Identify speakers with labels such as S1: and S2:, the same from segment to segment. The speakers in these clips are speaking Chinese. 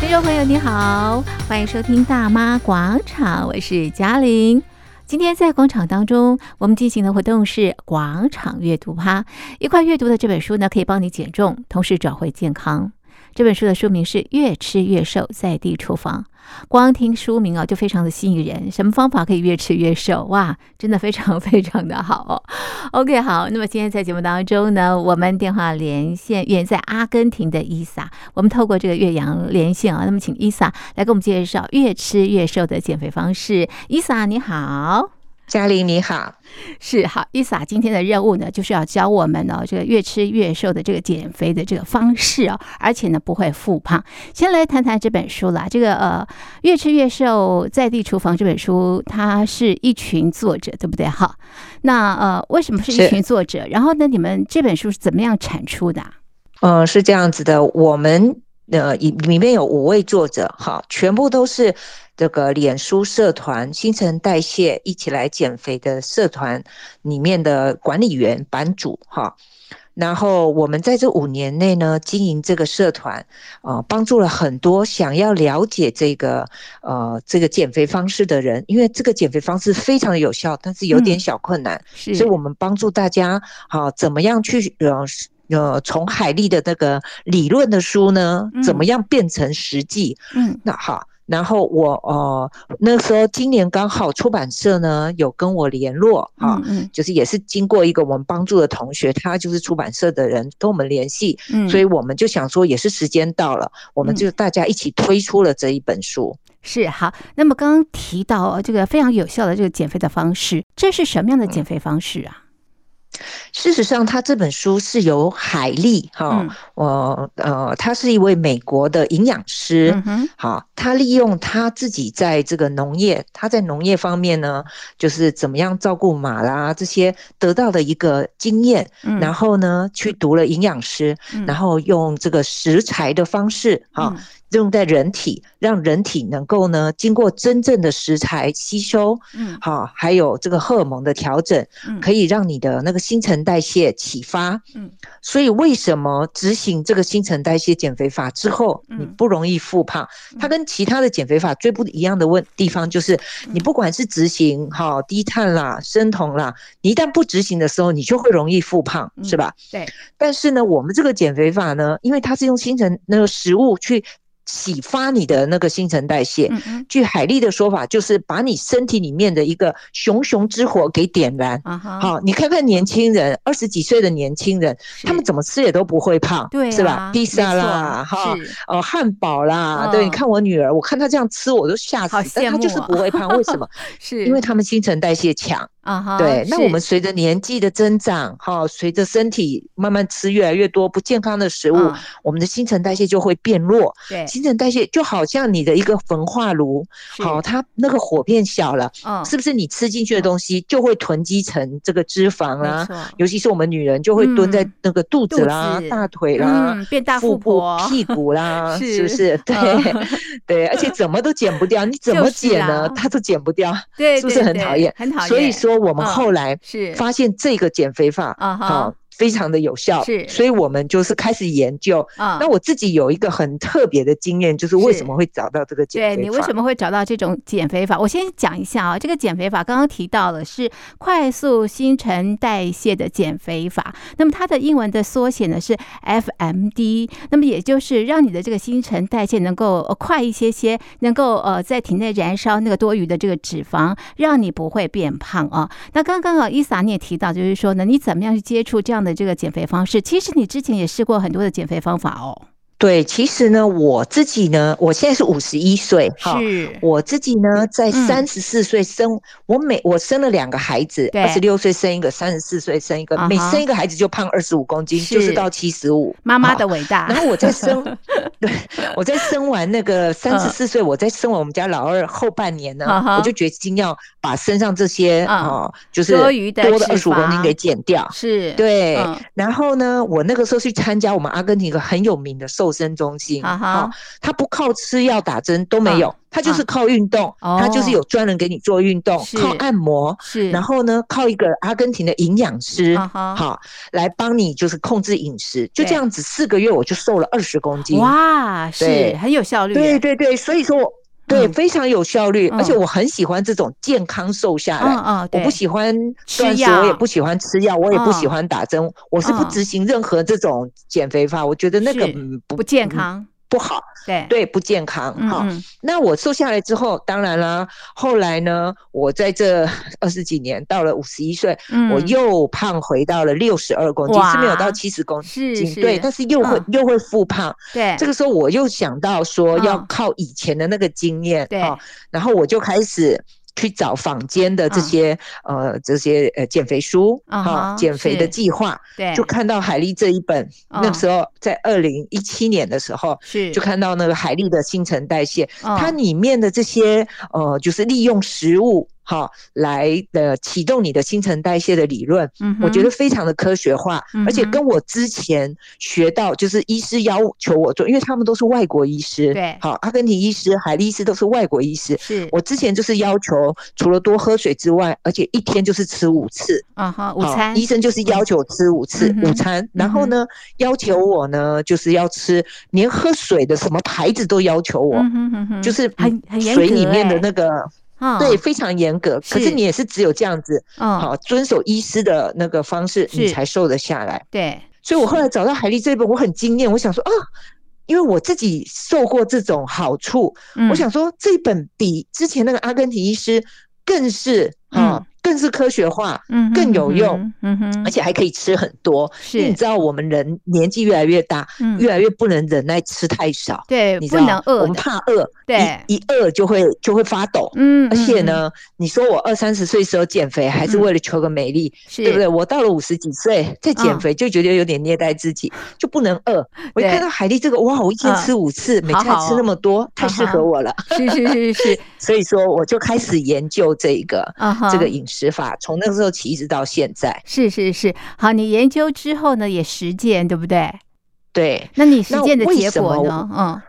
S1: 听众朋友，你好，欢迎收听《大妈广场》，我是嘉玲。今天在广场当中，我们进行的活动是广场阅读趴，一块阅读的这本书呢，可以帮你减重，同时找回健康。这本书的书名是《越吃越瘦在地厨房》，光听书名啊就非常的吸引人。什么方法可以越吃越瘦？哇，真的非常非常的好 哦。OK，好，那么今天在节目当中呢，我们电话连线远在阿根廷的伊萨，我们透过这个岳阳连线啊，那么请伊萨来给我们介绍越吃越瘦的减肥方式。伊萨你好。
S2: 嘉玲你好，
S1: 是好，伊萨今天的任务呢，就是要教我们呢、哦、这个越吃越瘦的这个减肥的这个方式哦，而且呢不会复胖。先来谈谈这本书啦，这个呃《越吃越瘦在地厨房》这本书，它是一群作者，对不对？哈，那呃为什么是一群作者？然后呢，你们这本书是怎么样产出的、啊？
S2: 嗯、呃，是这样子的，我们呃里里面有五位作者，哈，全部都是。这个脸书社团“新陈代谢一起来减肥”的社团里面的管理员、版主哈，然后我们在这五年内呢，经营这个社团，呃，帮助了很多想要了解这个呃这个减肥方式的人，因为这个减肥方式非常的有效，但是有点小困难，嗯、所以我们帮助大家好、呃、怎么样去呃。呃，从海丽的那个理论的书呢，怎么样变成实际？嗯，那好，然后我呃那时候今年刚好出版社呢有跟我联络啊，嗯嗯就是也是经过一个我们帮助的同学，他就是出版社的人跟我们联系，嗯、所以我们就想说也是时间到了，我们就大家一起推出了这一本书。
S1: 是好，那么刚刚提到呃这个非常有效的这个减肥的方式，这是什么样的减肥方式啊？
S2: 事实上，他这本书是由海利哈，我、哦嗯、呃，他是一位美国的营养师，好、嗯，他利用他自己在这个农业，他在农业方面呢，就是怎么样照顾马啦这些得到的一个经验，嗯、然后呢，去读了营养师，
S1: 嗯
S2: 然后用这个食材的方式啊。哦用在人体，让人体能够呢，经过真正的食材吸收，嗯，好、啊，还有这个荷尔蒙的调整，嗯，可以让你的那个新陈代谢启发，嗯，所以为什么执行这个新陈代谢减肥法之后，嗯、你不容易复胖？嗯、它跟其他的减肥法最不一样的问地方就是，你不管是执行哈、哦、低碳啦、生酮啦，你一旦不执行的时候，你就会容易复胖，嗯、是吧？
S1: 对。
S2: 但是呢，我们这个减肥法呢，因为它是用新陈那个食物去。启发你的那个新陈代谢，嗯嗯据海丽的说法，就是把你身体里面的一个熊熊之火给点燃。好、啊哦，你看看年轻人，二十几岁的年轻人，他们怎么吃也都不会胖，
S1: 对、啊，
S2: 是吧？披萨啦，哈，哦，汉堡
S1: 嗯
S2: 啦，哦、对，你看我女儿，我看她这样吃，我都吓死，哦、但她就是不会胖，为什么？
S1: 啊 是
S2: 因为他们新陈代谢强。
S1: 啊哈，uh、huh,
S2: 对，那我们随着年纪的增长，哈，随着身体慢慢吃越来越多不健康的食物，uh, 我们的新陈代谢就会变弱。
S1: 嗯对，
S2: 新陈代谢就好像你的一个焚化炉，好，它那个火变小了，uh,
S1: 嗯
S2: 是不是你吃进去的东西就会囤积成这个脂肪啦、啊？尤其是我们女人就会蹲在那个肚子啦、
S1: 嗯、
S2: 大腿啦、
S1: 嗯、变大嗯
S2: 腹部、屁股 啦，是,是不是？对，对，而且怎么都减 不掉，你怎么减呢？
S1: 啊、
S2: 它都减不掉，
S1: 对,对,对，
S2: 是不是很讨厌？
S1: 很讨厌，嗯
S2: 所以说。我们后来
S1: 是嗯
S2: 发现这个减肥法啊、哦，非常的有效，
S1: 是，
S2: 所以我们就是开始研究。啊、那我自己有一个很特别的经验，就是为什么会找到这个减
S1: 法？
S2: 肥
S1: 对你为什么会找到这种减肥法？我先讲一下啊，这个减肥法刚刚提到了是快速新陈代谢的减肥法，那么它的英文的缩写呢是 FMD，那么也就是让你的这个新陈代谢能够呃快一些些，能够呃在体内燃烧那个多余的这个脂肪，让你不会变胖啊。那刚刚啊，伊萨你也提到，就是说呢，你怎么样去接触这样？的这个减肥方式，其实你之前也试过很多的减肥方法哦。
S2: 对，其实呢，我自己呢，我现在是五十一岁，哈，我自己
S1: 嗯
S2: 呢，在三十四岁生，嗯、我每我生了两个孩子，二十六岁生一个，三十四岁生一个，uh huh、每生一个孩子就胖二十五公斤，
S1: 啊是
S2: 就是到七十五，啊
S1: 妈妈的伟大。
S2: 然后我 在生，对，我在生完那
S1: 嗯
S2: 个三十四岁，我在生完我们家老二后半年呢，uh
S1: 啊
S2: huh、我就决心要把身上这些啊、uh huh 呃，就是
S1: 嗯多余的
S2: 多的二十五公斤给减掉，
S1: 是嗯
S2: 对。然后呢，我那个时候去参加我们阿根廷一个很有名的瘦。瘦身中心，
S1: 啊哈啊
S2: 哦，它不靠吃药打针都没有，它就是靠运动，
S1: 哦
S2: 它就是有专人给你做运动，
S1: 是
S2: 靠按摩，
S1: 是，
S2: 然后呢，靠一个阿根廷的营养师，
S1: 啊哈
S2: 好来帮你就是控制饮食，就
S1: 对
S2: 这样子四个月我就瘦了二十公斤，
S1: 哇，是
S2: 对
S1: 很有效率耶，
S2: 对对对，所以说我对
S1: 嗯
S2: 非常有效率，
S1: 嗯
S2: 而且我很喜欢这种健康瘦下
S1: 嗯
S2: 来。
S1: 嗯，
S2: 我
S1: 对
S2: 不喜欢
S1: 吃
S2: 断食，
S1: 药
S2: 我也不喜欢吃药，我也不
S1: 嗯
S2: 喜欢打针，我是不
S1: 嗯
S2: 执行任何这种减肥法，我觉得那个
S1: 是
S2: 嗯
S1: 不健康，
S2: 不好，
S1: 对，
S2: 对不健康
S1: 嗯
S2: 哈。
S1: 嗯
S2: 那我瘦下来之后，当然啦，后来呢，我在这 二十几年到了五十一岁，
S1: 嗯，
S2: 我又胖回到了六十二公斤，
S1: 哇
S2: 是没有到七十公斤，
S1: 是是，
S2: 对，但是又会、
S1: 嗯
S2: 又会复胖，
S1: 对
S2: 这个时候我又想到说
S1: 嗯
S2: 要靠以前的那个经验，
S1: 对
S2: 哦然后我就开始。去找坊间的这些、呃这些呃减肥书
S1: 嗯
S2: 哈
S1: 哼
S2: 减肥
S1: 是
S2: 的计划，
S1: 对，
S2: 就看到海丽这一本。那
S1: 嗯
S2: 个时候在二零一七年的时候，
S1: 是
S2: 就看到那个海丽的新陈代谢，它
S1: 嗯
S2: 里面的这些呃就是利用食物哈、来呃启动你的新陈代谢的理论，
S1: 嗯
S2: 我觉
S1: 哼
S2: 得非常的科学化，而且
S1: 嗯哼
S2: 跟我之前学到，就是医师要求我做，因为他们都是外国医师，
S1: 对
S2: 好，阿根廷医师、海利医师都是外国医师。
S1: 是
S2: 我之前就是要求，除了多喝水之外，而且一天就是吃五次，
S1: 啊哈午
S2: 好
S1: 餐嗯
S2: 医生就是要求吃五次
S1: 嗯哼
S2: 午餐，然后呢，要求我呢就是要吃，连喝水的什么牌子都要求我，
S1: 嗯哼哼哼
S2: 就是
S1: 很很严格
S2: 水里面的
S1: 欸
S2: 那个，
S1: 啊
S2: 对，非常严格。可
S1: 是
S2: 是你也是只有这样子，
S1: 嗯
S2: 好、遵守医师的那个方式，你
S1: 是
S2: 才瘦得下来。
S1: 对
S2: 所以我后来找到海丽这一本，我很惊艳，我想说啊，因为我自己受过这种好处，
S1: 嗯
S2: 我想说这本比之前那个阿根廷医师更是啊、
S1: 嗯
S2: 更是科学化。
S1: 嗯哼
S2: 更有
S1: 嗯
S2: 用
S1: 哼嗯哼
S2: 而且还可以吃很多，因为
S1: 是
S2: 你知道我们人年纪越来越大，
S1: 嗯
S2: 越来越不能忍耐吃太少，
S1: 对
S2: 你知
S1: 不
S2: 道
S1: 能
S2: 我
S1: 饿
S2: 们
S1: 的
S2: 怕饿，
S1: 对
S2: 一一饿就会就会发抖。
S1: 嗯
S2: 而且
S1: 嗯嗯
S2: 呢，你说我二三十岁时候减肥，还是
S1: 嗯
S2: 为了求个美丽，
S1: 是嗯
S2: 对不对？我到了五十几岁再减肥，就觉得有点虐待自己，就不能饿。我一
S1: 对
S2: 看到海丽这个，哇，我一天
S1: 嗯
S2: 吃五次，每
S1: 好
S2: 餐
S1: 好
S2: 吃那么多，太适
S1: 啊哈
S2: 合我了。
S1: 是是是是 是
S2: 所以说，我就开始研究这个
S1: 啊哈
S2: 这个饮食法，从那个时候起一直到现在。
S1: 是是是好，你研究之后呢也实践，对不对？
S2: 对，
S1: 那你实
S2: 那
S1: 践的
S2: 为
S1: 结
S2: 什
S1: 果
S2: 么
S1: 呢？嗯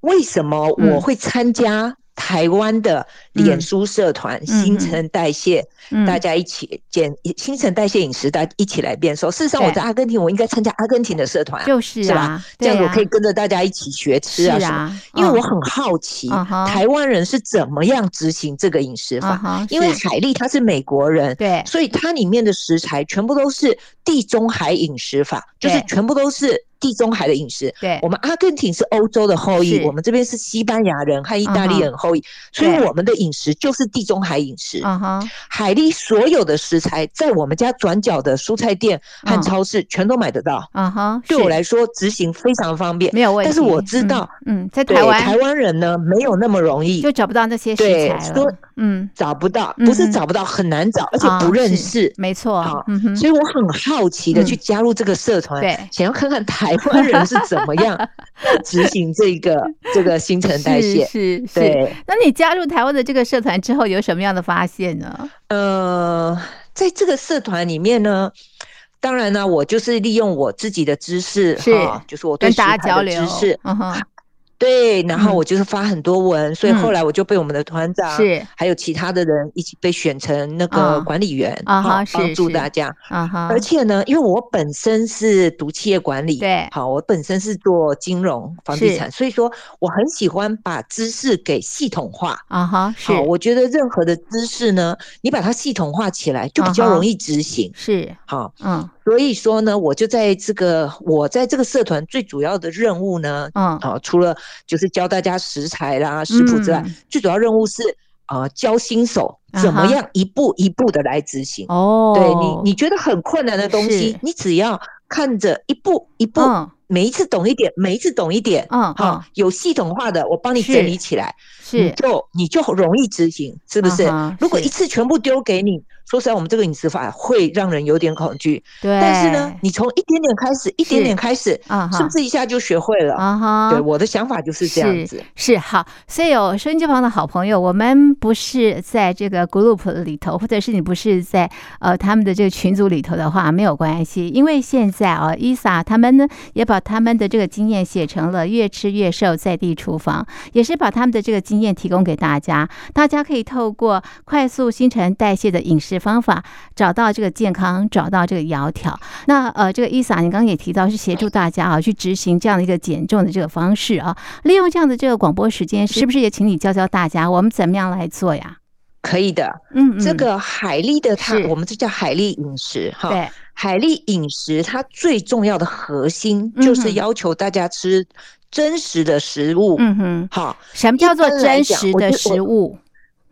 S2: 为什么我会参加台湾的脸书社团“
S1: 嗯
S2: 新陈代谢”？
S1: 嗯，
S2: 大家一起减新陈代谢饮食，大家一起来变瘦。事实上，
S1: 对
S2: 我在阿根廷，我应该参加阿根廷的社团啊，
S1: 就是
S2: 是吧
S1: 啊，
S2: 这样
S1: 对
S2: 我
S1: 啊
S2: 可以跟着大家一起学吃
S1: 是
S2: 啊什么。
S1: 啊，
S2: 因为
S1: 嗯
S2: 我很好奇
S1: 嗯哼，
S2: 台湾人是怎么样执行这个饮食
S1: 啊
S2: 法。
S1: 哈，
S2: 因为
S1: 是
S2: 海丽她是美国人，
S1: 对
S2: 所以它里面的食材全部都是地中海饮食法，就是
S1: 对
S2: 全部都是地中海的饮食。
S1: 对
S2: 我们阿根廷是欧洲的后裔
S1: 是，嗯
S2: 我们这边是西班牙人和意大利人后裔，所以
S1: 对
S2: 我们的饮食就是地中海饮食。
S1: 啊哈
S2: 海丽所有的食材，在我们家转角的蔬菜店和
S1: 嗯
S2: 超市全都买得到。
S1: 啊哈，
S2: 对我
S1: 是
S2: 来说，执行非常方便。
S1: 没有问题，
S2: 但是我知
S1: 嗯
S2: 道，
S1: 嗯，在
S2: 对
S1: 台湾
S2: 台湾人呢，没有那么容易
S1: 就找不到那些食
S2: 对
S1: 材
S2: 说
S1: 了，嗯，
S2: 找不到，
S1: 嗯
S2: 不是
S1: 嗯
S2: 找不到，很难找，而且
S1: 啊
S2: 不认
S1: 是
S2: 识。
S1: 没错
S2: 好，
S1: 嗯哼，
S2: 所以我很好奇的
S1: 嗯
S2: 去加入这个社团，
S1: 对
S2: 想要看看台湾人是怎么 样在执行这个这个新陈代谢。
S1: 是是是。
S2: 对，
S1: 那你加入台湾的这个社团之后，有什么样的发现呢？
S2: 呃，在这个社团里面呢，当然呢，我就是利用我自己的知识，
S1: 是
S2: 哈就是我对
S1: 跟
S2: 食
S1: 大
S2: 材
S1: 家交
S2: 的
S1: 流
S2: 知识，，
S1: 嗯哼，
S2: 对，然后
S1: 嗯
S2: 我就是发很多文，所以
S1: 嗯
S2: 后来我就被我们的团长
S1: 是
S2: 还有其他的人一起被选成那
S1: 啊
S2: 个管理员，
S1: 啊哈
S2: 哈
S1: 是
S2: 帮助
S1: 是
S2: 大家。
S1: 啊哈，
S2: 而且呢，因为我本身是读企业管理，
S1: 对
S2: 好，我本身是做金融、房
S1: 是
S2: 地产，所以说我很喜欢把知识给系统化。
S1: 啊哈是
S2: 好，我觉得任何的知识呢，你把它系统化起来，就比
S1: 啊
S2: 较
S1: 哈
S2: 容易执行。
S1: 是，
S2: 好，
S1: 嗯
S2: 所以说呢，我就在这个我在这个社团最主要的任务呢，
S1: 嗯，
S2: 啊，除了就是教大家食材啦、食谱之外，
S1: 嗯
S2: 最主要任务是啊，教新手怎
S1: 啊
S2: 么
S1: 哈
S2: 样一步一步的来执行。
S1: 哦，
S2: 对你，你觉得很困难的东
S1: 是
S2: 西，你只要看着一步一步，
S1: 嗯
S2: 每一次懂一点，每一次懂一点，
S1: 嗯
S2: 好、
S1: 嗯
S2: 有系统化的，我帮你
S1: 是
S2: 整理起来，你
S1: 是
S2: 就你就容易执行，是不是？
S1: 啊哈
S2: 如果
S1: 是
S2: 一次全部丢给你，说实在，我们这个饮食法会让人有点恐惧。
S1: 对，
S2: 但是呢，你从一点点开始，一点点开始，
S1: 啊哈
S2: 是不是一下就学会了？
S1: 啊哈，
S2: 对，我的想法就是这样子。
S1: 是好，所以哦，收音机旁的好朋友，我们不是在这个 group 里头，或者是你不是在呃他们的这个群组里头的话，没有关系，因为现在啊、伊萨他们呢也把他们的这个经验写成了《越吃越瘦在地厨房》，也是把他们的这个经验提供给大家，大家可以透过快速新陈代谢的饮食方法，找到这个健康，找到这个窈窕。那呃，这个伊萨你刚刚也提到是协助大家啊去执行这样的一个减重的这个方式啊，利用这样的这个广播时间，是不是也请你教教大家，我们怎么样来做呀？
S2: 可以的，
S1: 嗯，嗯
S2: 这个海蛎的它
S1: 是，
S2: 我们这叫海蛎饮食哈。
S1: 对，
S2: 海蛎饮食它最重要的核心
S1: 嗯哼
S2: 就是要求大家吃真实的食物。
S1: 嗯哼，
S2: 好，
S1: 什么叫做真实
S2: 一般来
S1: 的
S2: 讲我
S1: 食物？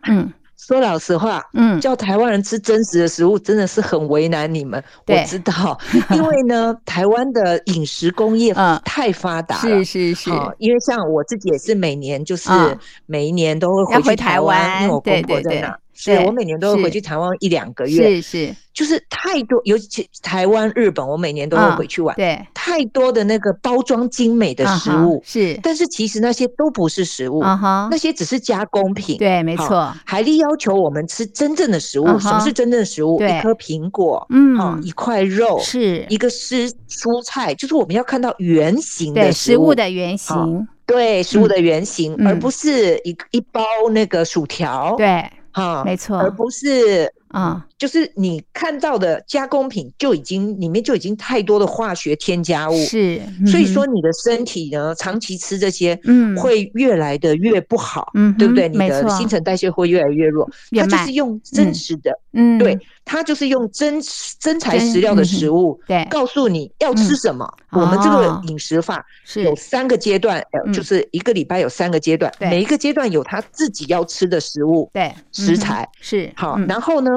S1: 嗯
S2: 说老实话，
S1: 嗯，
S2: 叫台湾人吃真实的食物真的是很为难你们，我
S1: 对
S2: 知 道，因为呢，台湾的饮食工业
S1: 嗯
S2: 太发达了。
S1: 是是是，
S2: 好因为像我自己也是每年就是
S1: 嗯
S2: 每一年都会
S1: 要回
S2: 回去
S1: 台
S2: 台湾，
S1: 湾
S2: 因为我
S1: 对
S2: 公婆
S1: 对
S2: 在
S1: 对
S2: 那，是
S1: 对
S2: 我每年都会
S1: 是
S2: 回去台湾一两个月，
S1: 是是，
S2: 就是太多，尤其台湾、日本，我每年都会
S1: 嗯
S2: 回去玩，
S1: 对，
S2: 太多的那个包装精美的
S1: 啊
S2: 食
S1: 哈
S2: 物，
S1: 是
S2: 但是其实那些都不是食物，
S1: 啊哈
S2: 那，些只是加工品。
S1: 对，没
S2: 好
S1: 错，
S2: 海蛎要求我们吃真正的食物
S1: 嗯哼
S2: 什么是真正的食物？
S1: 对
S2: 一颗苹果，哦，
S1: 嗯，
S2: 一块肉，
S1: 是
S2: 一个是蔬菜，就是我们要看到原形
S1: 对
S2: 的
S1: 食
S2: 食
S1: 物
S2: 物，
S1: 的原型，
S2: 对食物的原形，
S1: 嗯
S2: 而不是一一包那个薯条，
S1: 对，
S2: 哈，
S1: 没错，
S2: 而不是。
S1: 啊，
S2: 就是你看到的加工品就已经里面就已经太多的化学添加物，
S1: 是，
S2: 所以
S1: 嗯哼
S2: 说你的身体呢长期吃这些，
S1: 嗯
S2: 会越来的越不好，
S1: 嗯哼，
S2: 对不对？你
S1: 没
S2: 的
S1: 错，
S2: 新陈代谢会越来越弱，
S1: 越
S2: 它就
S1: 慢
S2: 是用
S1: 嗯
S2: 真实的，
S1: 嗯，
S2: 对，它就是用真真材
S1: 真
S2: 实料的食物。
S1: 对，
S2: 告诉你要吃什么。我们这
S1: 哦
S2: 个饮食法
S1: 是
S2: 有三个阶段，呃，
S1: 嗯
S2: 就是一个礼拜有三个阶段，
S1: 对
S2: 每一个阶段有他自己要吃的食物。
S1: 对
S2: 食
S1: 嗯哼
S2: 材
S1: 是
S2: 好，
S1: 嗯
S2: 然后呢，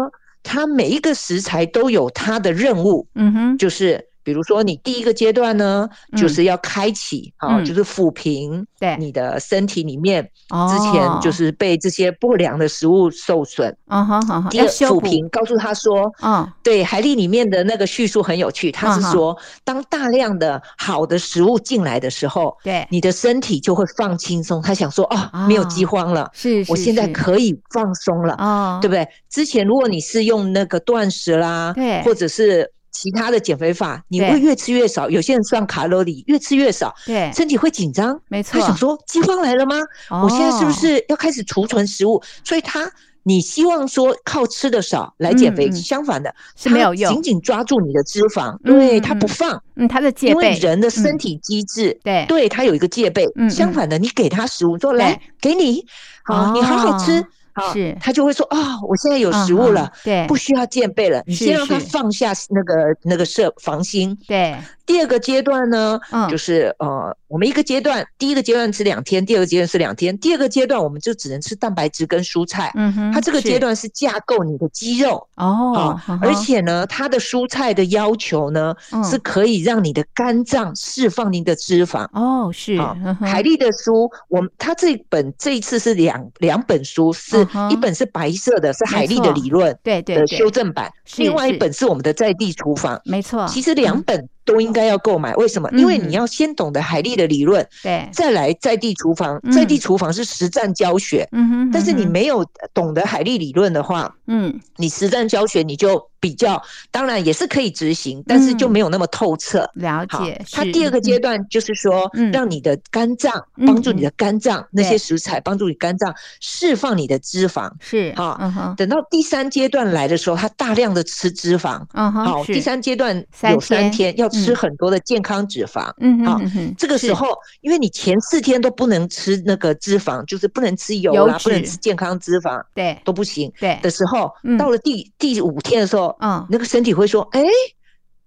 S2: 它每一个食材都有它的任务，
S1: 嗯哼，
S2: 就是比如说你第一个阶段呢，就
S1: 嗯
S2: 是要开启啊，
S1: 嗯
S2: 就是抚平
S1: 对，
S2: 你的身体里面之
S1: 哦
S2: 前就是被这些不良的食物受损。
S1: 嗯哼好好，
S2: 第
S1: 要
S2: 二，
S1: 修
S2: 抚
S1: 补，
S2: 平，告诉他说，
S1: 嗯
S2: 对海蛎里面的那个叙述很有趣，他是
S1: 啊哈
S2: 说，当大量的好的食物进来的时候，
S1: 对，
S2: 你的身体就会放轻松。他想说，哦，没有饥
S1: 啊
S2: 荒了，
S1: 是
S2: 我
S1: 是
S2: 现在
S1: 是
S2: 可以放松了，
S1: 哦，
S2: 对不对？之前如果你是用那个断食啦，
S1: 对
S2: 或者是其他的减肥法，你
S1: 对
S2: 会越吃越少。有些人算卡路里，越吃越少，
S1: 对，
S2: 身体会紧张。
S1: 没
S2: 他
S1: 错，
S2: 想说，饥荒来了吗？我现在是不
S1: 哦嗯
S2: 是要开始储存食物？所以他，你希望说靠吃的少来减肥，
S1: 嗯嗯
S2: 相反的，
S1: 是没
S2: 他
S1: 有用
S2: 紧紧抓住你的脂肪，
S1: 嗯
S2: 对
S1: 嗯
S2: 他不
S1: 嗯
S2: 放，
S1: 嗯，他的戒
S2: 因为
S1: 备，
S2: 人的身
S1: 嗯
S2: 体机制。
S1: 对
S2: 对他有一个戒备，
S1: 嗯嗯
S2: 相反的，你给他食物，说来给你，好，你好好吃
S1: 哦，
S2: 好
S1: 是
S2: 他就会说啊，我现在有
S1: 嗯
S2: 食物
S1: 嗯
S2: 了，
S1: 对
S2: 不需要戒备了。你
S1: 是
S2: 先让他
S1: 是
S2: 放下那个那个设防心。
S1: 对，
S2: 第二个阶段呢，
S1: 嗯
S2: 就是呃，我们一个阶段，第一个阶段吃两天，第二个阶段是两天，第二个阶段我们就只能吃蛋白质跟蔬菜。
S1: 嗯哼，
S2: 它这个
S1: 是
S2: 阶段是架构你的肌肉
S1: 哦
S2: 啊，，
S1: 嗯
S2: 而
S1: 哼
S2: 且呢，它的蔬菜的要求呢
S1: 嗯
S2: 是可以让你的肝脏释放你的脂肪。
S1: 哦是
S2: 啊
S1: 嗯哼
S2: 海莉的书，我们他这本这一次是两两本书，是
S1: 嗯哼
S2: 一本是白色的，是海莉
S1: 没
S2: 的
S1: 错
S2: 理论
S1: 对对
S2: 的
S1: 对
S2: 修正版，
S1: 是
S2: 另外一
S1: 是
S2: 本是我们的在地厨房。
S1: 没错，
S2: 其实两本都应该要购买，为什么？
S1: 嗯
S2: 因为你要先懂得海莉的理论，
S1: 对，
S2: 再来在地厨房
S1: 嗯。
S2: 在地厨房是实战教学，
S1: 嗯哼，
S2: 但是
S1: 嗯
S2: 你
S1: 哼
S2: 没有懂得海莉理论的话，
S1: 嗯
S2: 你实战教学你就比较，当然也是可以执行，但是就
S1: 嗯
S2: 没有那么透彻。
S1: 了
S2: 好
S1: 解，，
S2: 它
S1: 是
S2: 第二个阶
S1: 嗯
S2: 段就是说
S1: 嗯，
S2: 让你的肝脏
S1: 嗯
S2: 帮助你
S1: 嗯
S2: 的肝脏那
S1: 对
S2: 些食材帮助你肝脏释放你的脂肪。
S1: 是
S2: 好
S1: 嗯哼
S2: 等到第三阶段来的时候，它大量的吃脂肪。
S1: 嗯哼
S2: 好，
S1: 是
S2: 第三阶段
S1: 三
S2: 有三
S1: 天
S2: 天要吃
S1: 嗯
S2: 很多的健康脂肪。
S1: 嗯哼
S2: 好
S1: 嗯哼
S2: 这个时
S1: 是
S2: 候，因为你前四天都不能吃那个脂肪，就是不能吃油
S1: 油
S2: 啦，不能
S1: 脂
S2: 吃健康脂肪
S1: 对
S2: 都不行
S1: 对
S2: 的时候
S1: 嗯，
S2: 到了第第五天的时候，
S1: 嗯
S2: 那个身体会说：“哎，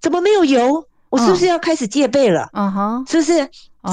S2: 怎么没有油？我是不是要开始戒备了？
S1: 嗯哼
S2: 是不是？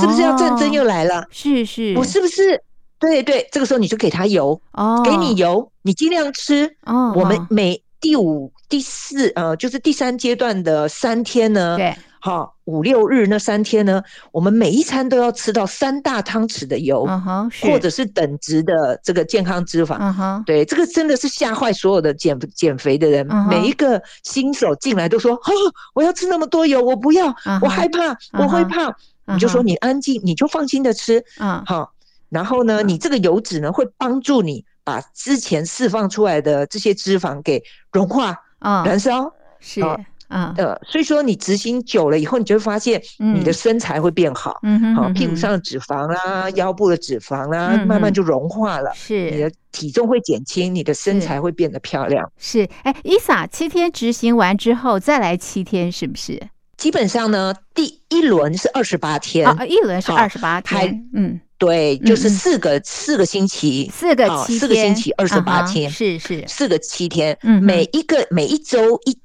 S2: 是不是要战争又
S1: 哦
S2: 来了？
S1: 是是
S2: 我是不是？”对对，这个时候你就给他油，
S1: 哦
S2: 给你油，你尽量吃。
S1: 哦
S2: 我们
S1: 哦
S2: 每第五、第四，呃，就是第三阶段的三天呢，
S1: 对
S2: 好、五六日那三天呢，我们每一餐都要吃到三大汤匙的油，
S1: 嗯哼，是
S2: 或者是等值的这个健康脂肪。
S1: 嗯哼，
S2: 对，这个真的是吓坏所有的减减肥的人。
S1: 嗯哼
S2: 每一个新手进来都说：“哦，我要吃那么多油，我不要，
S1: 嗯
S2: 我
S1: 哼
S2: 害怕，我会胖。你就说你安静，你就放心的吃，
S1: 嗯
S2: 好。然后呢，你这个油脂呢会帮助你把之前释放出来的这些脂肪给融化、
S1: 嗯
S2: 燃烧。
S1: 是
S2: 啊
S1: 嗯
S2: 呃，所以说你执行久了以后，你就会发现
S1: 嗯
S2: 你的身材会变好。
S1: 嗯哼
S2: 好、
S1: 嗯
S2: 屁股
S1: 哼
S2: 上的脂肪啦，腰部的脂肪啦，
S1: 嗯
S2: 慢慢
S1: 嗯
S2: 就融化了。你
S1: 是
S2: 的体重会减轻，你的身
S1: 是
S2: 材会变得漂亮。
S1: 是哎，伊萨七天执行完之后再来七天是不是？
S2: 基本上呢，第一轮是二十八天，
S1: 啊，一轮是
S2: 好
S1: 二十八
S2: 还
S1: 天，嗯，
S2: 对，就是
S1: 嗯嗯
S2: 四个、四个星期，
S1: 四个
S2: 好
S1: 七天，
S2: 四个星期28
S1: 啊哈
S2: 天
S1: 是是，
S2: 四个七天，
S1: 嗯哼
S2: 每一个每一周一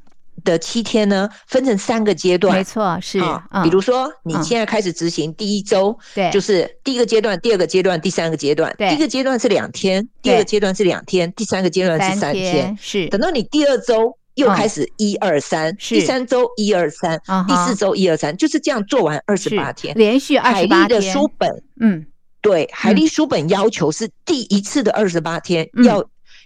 S2: 的七天呢，分成三个阶段。
S1: 没错，是
S2: 啊，，
S1: 嗯
S2: 比如说你
S1: 嗯
S2: 现在开始执行第一周，
S1: 对，
S2: 就是是第一个阶段、第二个阶段、第三个阶段。
S1: 对
S2: 第一个阶段是两天，第二个阶段是两天，第三个阶段是三天。
S1: 天是，
S2: 等到你第二周又
S1: 嗯
S2: 开始一二三，
S1: 是
S2: 第三周一二三，
S1: 啊
S2: 第
S1: 哈
S2: 四周一二三，就是这样做完二十
S1: 是
S2: 八天。
S1: 连续二
S2: 海
S1: 十
S2: 莉
S1: 八
S2: 的
S1: 天，
S2: 书本，
S1: 嗯，
S2: 对海
S1: 嗯
S2: 莉书本要求是第一次的二十八天
S1: 嗯
S2: 要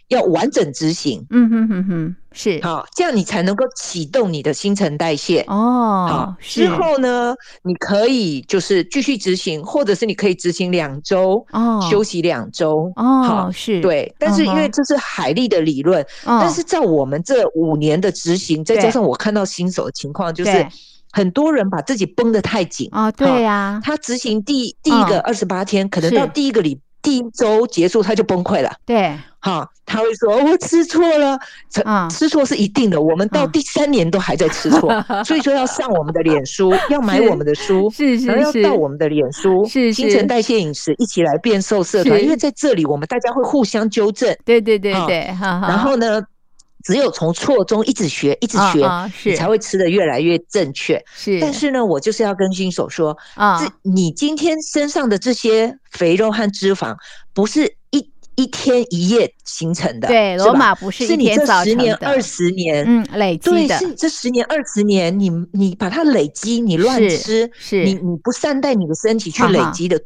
S2: 要完整执行，
S1: 嗯哼哼哼，是
S2: 好，这样你才能够启动你的新陈代谢。
S1: 哦，是
S2: 之后呢，你可以就是继续执行，或者是你可以执行两周，
S1: 哦
S2: 休息两周。
S1: 哦
S2: 好
S1: 是，
S2: 对，但是因为
S1: 嗯哼
S2: 这是海莉的理论，但
S1: 哦
S2: 是在我们这五年的执行，再
S1: 对
S2: 加上我看到新手的情况，就是
S1: 对
S2: 很多人把自己绷得太紧。
S1: 哦对呀，
S2: 他执行第第一个二十八天，可能到
S1: 是
S2: 第一个礼第一周结束他就崩溃了。
S1: 对
S2: 哈，他会说：“哦我吃错了，吃
S1: 啊
S2: 吃错是一定的。我们到
S1: 嗯
S2: 第三年都还在吃错， 所以说要上我们的脸书，要买
S1: 是
S2: 我们的书，
S1: 是
S2: 然后
S1: 是
S2: 要
S1: 是
S2: 到我们的脸书，
S1: 是
S2: 新
S1: 是
S2: 陈代谢饮食一起来变瘦社团，
S1: 是
S2: 因为在这里我们大家会互相纠正，
S1: 对对对
S2: 啊
S1: 对，哈哈，
S2: 然后呢，只有从错中一直学，一直
S1: 啊
S2: 学，
S1: 啊
S2: 你
S1: 是
S2: 才会吃的越来越正确。
S1: 是，
S2: 但是呢，我就是要跟新手说，
S1: 啊
S2: 这你今天身上的这些肥肉和脂肪，不是一一天一夜形成的，
S1: 对
S2: 是
S1: 罗
S2: 吧
S1: 马不是
S2: 是
S1: 一
S2: 你
S1: 天
S2: 这
S1: 造
S2: 十
S1: 成
S2: 年、
S1: 的，
S2: 二十年，
S1: 嗯累积
S2: 对，
S1: 的
S2: 是你这十年、二十年，你你把它累积，你乱
S1: 是
S2: 吃，
S1: 是啊
S2: 你你不善待你的身体去
S1: 哈
S2: 累
S1: 哈
S2: 积的，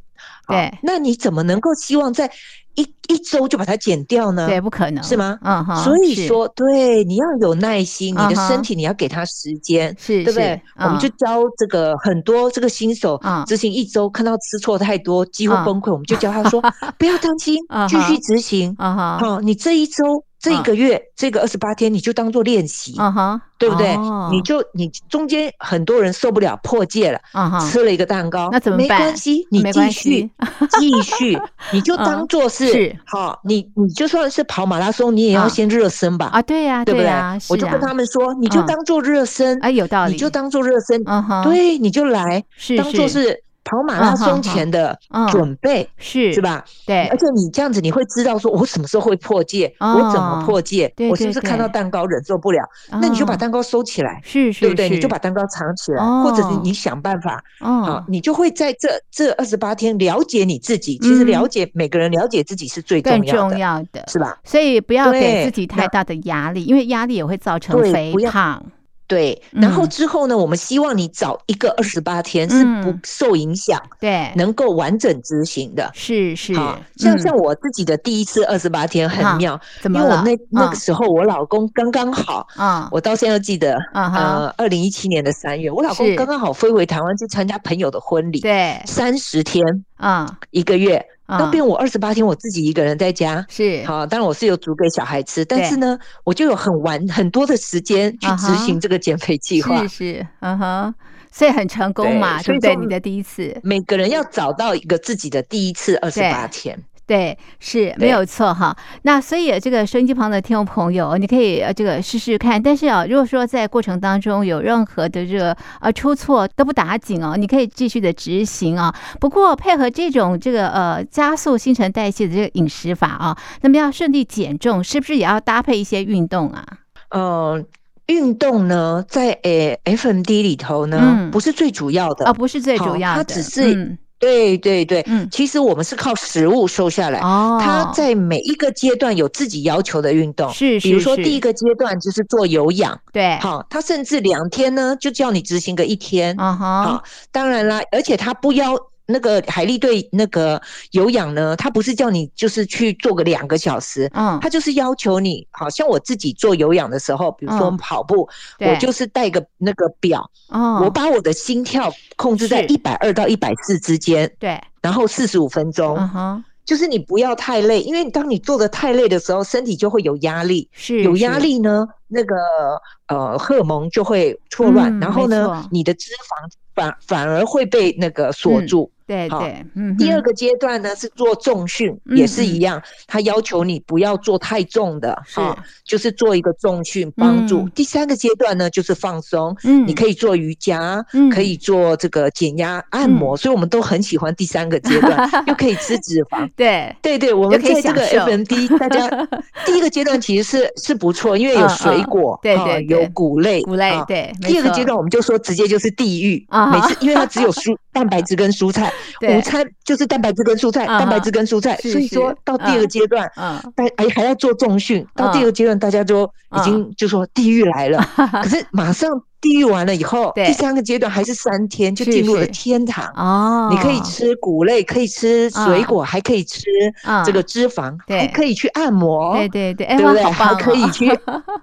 S2: 好
S1: 对
S2: 那你怎么能够希望在一一周就把它减掉呢？
S1: 对不可能
S2: 是吗
S1: 嗯哈，
S2: 所以
S1: 是
S2: 说，对，你要有耐心，你
S1: 啊
S2: 的
S1: 哈
S2: 身体你要给它时间，
S1: 是
S2: 对不对
S1: 是？
S2: 我们就
S1: 嗯
S2: 教这个很多这个新手
S1: 嗯
S2: 执行一周，看到吃错太多，几乎
S1: 嗯
S2: 崩溃，我们就教他 说不要担心
S1: 啊，
S2: 继
S1: 哈
S2: 续执行。
S1: 啊哈
S2: 好，你这一周、这一
S1: 嗯
S2: 个月、这个二十八天，你就当做练习，
S1: 啊哈，
S2: 对不对？
S1: 哦
S2: 你就你中间很多人受不了破戒了，
S1: 啊哈
S2: 吃了一个蛋糕，
S1: 那怎么
S2: 没
S1: 办
S2: 关系，你
S1: 没
S2: 继
S1: 关
S2: 续
S1: 系
S2: 继续，你就当做
S1: 嗯
S2: 是
S1: 是
S2: 好，你你就算是跑马拉松，你也要
S1: 啊
S2: 先热身吧，
S1: 啊对呀
S2: 对不对
S1: 呀，？
S2: 我
S1: 是
S2: 就跟
S1: 啊
S2: 他们说，你就
S1: 嗯
S2: 当做热身，
S1: 哎有道理，
S2: 你就当做热身，
S1: 嗯哼，
S2: 对，你就来
S1: 是
S2: 当做是跑马拉
S1: 嗯哼
S2: 松
S1: 哼
S2: 前的
S1: 嗯
S2: 准备，
S1: 是
S2: 是？吧？
S1: 对
S2: 而且你这样子，你会知道说我什么时候会破戒，我怎么
S1: 哦
S2: 破戒，
S1: 对
S2: 我是
S1: 对
S2: 不是看到
S1: 对
S2: 蛋糕忍受不了？那你就把
S1: 哦
S2: 蛋糕收起来，
S1: 是是
S2: 对不对？你
S1: 是
S2: 就把蛋糕藏起来，或者是
S1: 哦
S2: 你想办法，好
S1: 哦，
S2: 你就会在这这二十八天了解你自己。其实
S1: 嗯
S2: 了解每个人了解自己是最
S1: 更
S2: 重要
S1: 重
S2: 的，
S1: 要的，
S2: 是吧？
S1: 所以不要给
S2: 对
S1: 自己太
S2: 那
S1: 大的压力，因为压力也会造成
S2: 对
S1: 肥
S2: 不要
S1: 胖。
S2: 对。然后
S1: 嗯
S2: 之后呢，我们希望你找一个二十八天是不
S1: 嗯
S2: 受影响，
S1: 对，
S2: 能够完整执行的。
S1: 是是，
S2: 好像
S1: 嗯
S2: 像我自己的第一次二十八天
S1: 啊
S2: 很妙，
S1: 怎
S2: 因
S1: 么
S2: 为我
S1: 了？
S2: 那那
S1: 嗯
S2: 个时候我老公刚刚好，
S1: 啊
S2: 我到现在记得，
S1: 啊哈，
S2: 呃，二零一七年的三月，我老公
S1: 是
S2: 刚刚好飞回台湾去参加朋友的婚礼，
S1: 对，
S2: 三十天
S1: 啊
S2: 一个月，那
S1: 啊，
S2: 变我二十八天我自己一个人在家。
S1: 是
S2: 好，当然我是有煮给小孩吃，但
S1: 对
S2: 是呢，我就有很完很多的时间去
S1: 啊
S2: 执
S1: 哈
S2: 行这个减肥计划
S1: 是。是，嗯哼，所以很成功
S2: 对
S1: 嘛，对不
S2: 所以
S1: 对？
S2: 说
S1: 你的第一次，
S2: 每个人要找到一个自己的第一次二十
S1: 对
S2: 八天。
S1: 对，是没
S2: 对
S1: 有错哈。那所以这个收音机旁的听众朋友，你可以呃这个试试看。但是啊，如果说在过程当中有任何的这个呃出错都不打紧哦，你可以继续的执行啊。不过配合这种这个呃加速新陈代谢的这个饮食法啊，那么要顺利减重，是不是也要搭配一些运动啊？
S2: 嗯，运动呢，呃在诶 FMD 里头呢，
S1: 嗯
S2: 不是最主要的
S1: 啊，不是最
S2: 好
S1: 主要的，
S2: 它只是
S1: 嗯
S2: 对对对，
S1: 嗯
S2: 其实我们是靠食物瘦下来。
S1: 哦，
S2: 他在每一个阶段有自己要求的运动，
S1: 是是
S2: 比如说
S1: 是
S2: 第一个阶段就是做有氧，
S1: 对，
S2: 好，他甚至两天呢就叫你执行个一天，
S1: 嗯哼
S2: 好，当然啦，而且他不要那个海力队那个有氧呢，他不是叫你就是去做个两个小时。
S1: 嗯，
S2: 他就是要求你，好像我自己做有氧的时候，比如说
S1: 嗯
S2: 跑步，
S1: 对
S2: 我就是带个那个表，
S1: 哦，
S2: 我把我的心跳控制
S1: 是
S2: 在一百二到一百四之间，
S1: 对，
S2: 然后四十五分钟，
S1: 嗯哼，
S2: 就是你不要太累，因为当你做的太累的时候，身体就会有压力，
S1: 是
S2: 有压
S1: 是
S2: 力呢，那个呃荷尔蒙就会错乱，
S1: 嗯
S2: 然后
S1: 没错
S2: 呢，你的脂肪反反而会被那个锁住。
S1: 对
S2: 好
S1: 对，嗯哼，
S2: 第二个阶段呢是做重训，
S1: 嗯
S2: 也是一样，他要求你不要做太重的，
S1: 是
S2: 啊就是做一个重训帮助。
S1: 嗯
S2: 第三个阶段呢就是放松，
S1: 嗯，
S2: 你可以做瑜伽，
S1: 嗯
S2: 可以做这个减压按摩，所以我们都很喜欢第三个 阶段，又可以吃脂肪。
S1: 嗯对，
S2: 对对，我
S1: 就
S2: 们
S1: 可以
S2: 在这个
S1: 享受
S2: FMD，大家第一个阶段其实是是不错，因为有
S1: 嗯
S2: 水果，
S1: 嗯对
S2: 啊
S1: 对对
S2: 有谷类，
S1: 谷类
S2: 啊
S1: 对没
S2: 第二个
S1: 错
S2: 阶段我们就说直接就是地狱
S1: 啊
S2: 每次因为它只有 蔬蛋白质跟蔬菜，
S1: 对
S2: 午餐就是蛋白质跟蔬菜，
S1: 啊哈
S2: 蛋白质跟蔬菜，
S1: 是
S2: 所以说
S1: 是
S2: 到第二
S1: 嗯
S2: 个阶段。
S1: 嗯，
S2: 大还还在做重训，到第二个阶段，大家就已
S1: 嗯
S2: 经就说地狱 来了。可是马上地狱完了以后，
S1: 对
S2: 第三个阶段还是三天，就是进入
S1: 是
S2: 了天堂。
S1: 哦，
S2: 你可以吃谷类，可以吃水果，还可以吃
S1: 嗯
S2: 这个脂肪，
S1: 啊对
S2: 还可以去按摩，
S1: 对对对，哎
S2: 对
S1: 哇
S2: 不对？，
S1: 好
S2: 还
S1: 棒
S2: 可以
S1: 哦，
S2: 去，